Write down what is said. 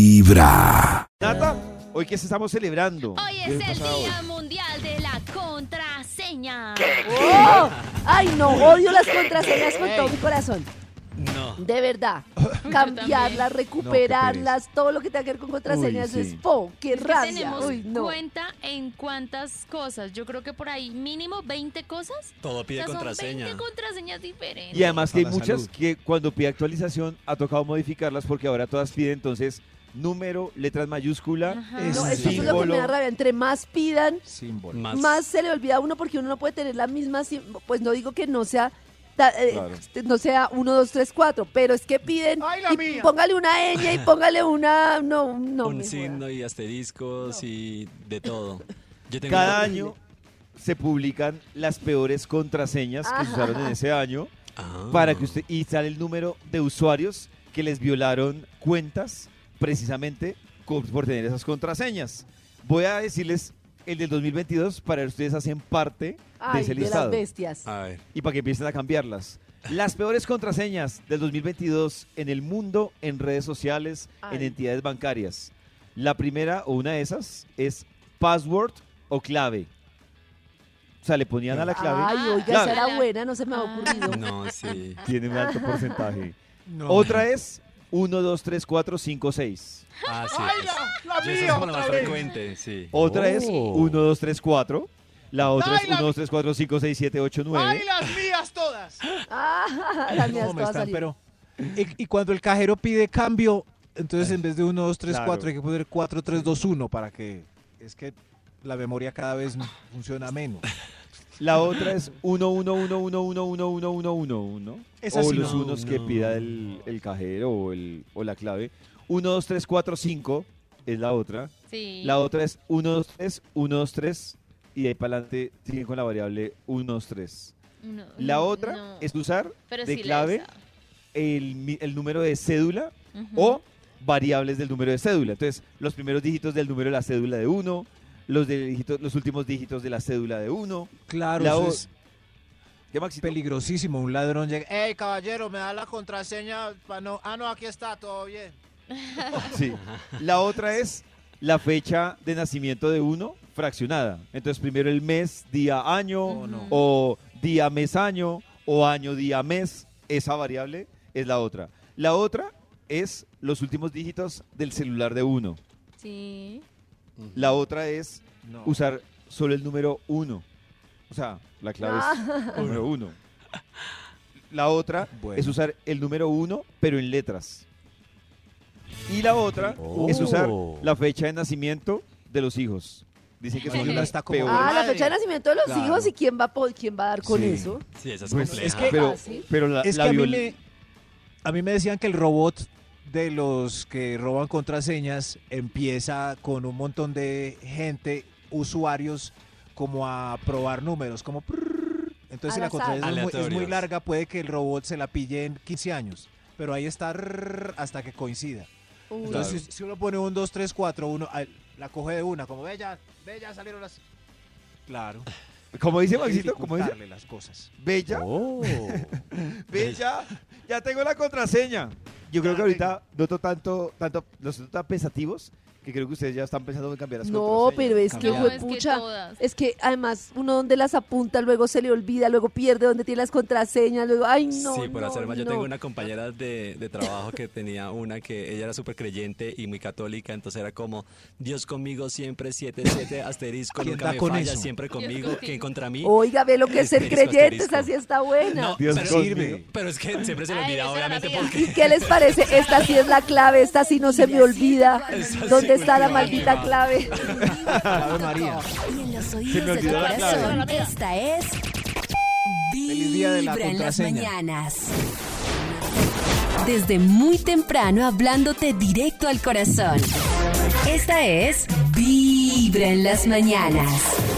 Vibra. Nata, hoy que estamos celebrando. Hoy es el Día Mundial de la Contraseña. ¡Oh! Ay, no, odio las contraseñas con todo mi corazón. No. De verdad. Cambiarlas, recuperarlas, todo lo que tenga que ver con contraseñas Uy, sí. es po, qué Es que rabia. tenemos Uy, no. cuenta en cuántas cosas. Yo creo que por ahí mínimo 20 cosas. Todo O pide sea, son contraseña. 20 contraseñas diferentes. Y además que hay Para la muchas salud. que cuando pide actualización ha tocado modificarlas porque ahora todas piden entonces número, letras mayúscula, Ajá. No, es eso es lo que me símbolo. da rabia. Entre más pidan, Símbolo. Más. más, se le olvida a uno porque uno no puede tener la misma. sim- Pues no digo que no sea. ta- eh, Claro. No sea 1, 2, 3, 4, pero es que piden. y póngale una ñ y póngale una. No, no. me un joda. signo y asteriscos y de todo. Yo tengo Cada año se publican las peores contraseñas que se Ajá. usaron en ese año Ah. para que usted y sale el número de usuarios que les violaron cuentas precisamente con- por tener esas contraseñas. Voy a decirles el del 2022 para que ustedes hacen parte de Ay, ese de, listado. las bestias. Ah. A ver. y para que empiecen a cambiarlas. Las peores contraseñas del 2022 en el mundo, en redes sociales, en Ay. entidades bancarias. La primera o una de esas es password o clave. O sea, le ponían a la clave. Ay, oiga, Clave. esa era buena, no se me había Ah. ocurrido. No, sí. Tiene un alto porcentaje. No. Otra es 1, 2, 3, 4, 5, 6. Ah, sí. Yo esa es como la más frecuente, sí. Otra es Oh. 1, 2, 3, 4. La otra es Ay, la 1, 2, 3, 4, 5, 6, 7, 8, 9. ¡Ay, las mías todas! Ah, las mías No, me todas están, salieron. pero. Y, y cuando el cajero pide cambio, entonces en vez de 1, 2, 3, Claro. 4, hay que poner 4, 3, 2, 1 para que. Es que la memoria cada vez funciona menos. La otra es 1, 1, 1, 1, 1, 1, 1, 1, 1, 1. Esa O sí los no. unos que No. pida el, el cajero o, el, o la clave. 1, 2, 3, 4, 5 es la otra. Sí. La otra es 1, 2, 3, 1, 2, 3. Y de ahí para adelante siguen con la variable 1, 2, 3. No, La otra Mm, no. es usar Pero de sí la he clave usado. el, mi- el número de cédula Ujú. o variables del número de cédula. Entonces, los primeros dígitos del número de la cédula de 1, los, de dígito- los últimos dígitos de la cédula de 1. Claro, La eso o- es ¿Qué, Maxito? peligrosísimo. Un ladrón llega. Ey, caballero, me da la contraseña. pa' no- Ah, no, aquí está, todo bien. Sí. La otra es la fecha de nacimiento de uno fraccionada. Entonces, primero el mes, día, año, Oh, no. o día, mes, año, o año, día, mes. Esa variable es la otra. La otra es los últimos dígitos del celular de uno. Sí. La otra es No. usar solo el número uno. O sea, la clave Ah. es número uno. La otra Bueno. es usar el número uno, pero en letras. Y la otra es usar la fecha de nacimiento de los hijos. Dicen que Bueno, son ya las está como- peores. Ah, la Madre. fecha de nacimiento de los Claro. hijos y quién va, a po- quién va a dar con Sí. eso. Sí, esa es Pues, compleja. es que- pero, fácil. pero la, Ah, Es la que a mí, viol- me, a mí me decían que el robot de los que roban contraseñas empieza con un montón de gente, usuarios, como a probar números, como... prrrr. Entonces si la Al azar. contraseña es muy- es muy, Aleatorios. larga, puede que el robot se la pille en 15 años, pero ahí está rrrr, hasta que coincida. Uy, Entonces si, si uno pone un, dos, tres, cuatro, uno ah, la coge de una, como ve ya, Bella, bella salieron las. claro. Como dice Maxito, como dice, dificultarle las cosas. bella, bella, ya tengo la contraseña. Yo creo que ahorita noto tanto, tanto, los noto tan pensativos que creo que ustedes ya están pensando en cambiar las no, contraseñas. pero es que Cambiar. No, es fue que pucha. todas. Es que además uno donde las apunta, luego se le olvida, luego pierde donde tiene las contraseñas, luego, ay no. sí, por no, hacer más. Yo no. tengo una compañera de, de trabajo que tenía una que ella era súper creyente y muy católica, entonces era como, Dios conmigo siempre, siete, siete, asterisco, ¿Quién nunca da me con falla, eso? siempre conmigo, contigo. ¿quién contra mí? Oiga, ve lo que es ser Asterisco, creyentes, así asterisco. está buena. No, Dios pero, conmigo. pero es que siempre se le Ay, esa olvida, era la obviamente, mía. porque... ¿Qué les parece? Esta sí es la clave, esta sí no se me olvida. Esa sí, ¿Dónde está la última, maldita última. clave? Ave María. Y en los Se oídos me de tu olvidó la clave. corazón, esta es. Feliz día de la Vibra en las contraseña. mañanas. Desde muy temprano, hablándote directo al corazón. Esta es. Vibra en las mañanas.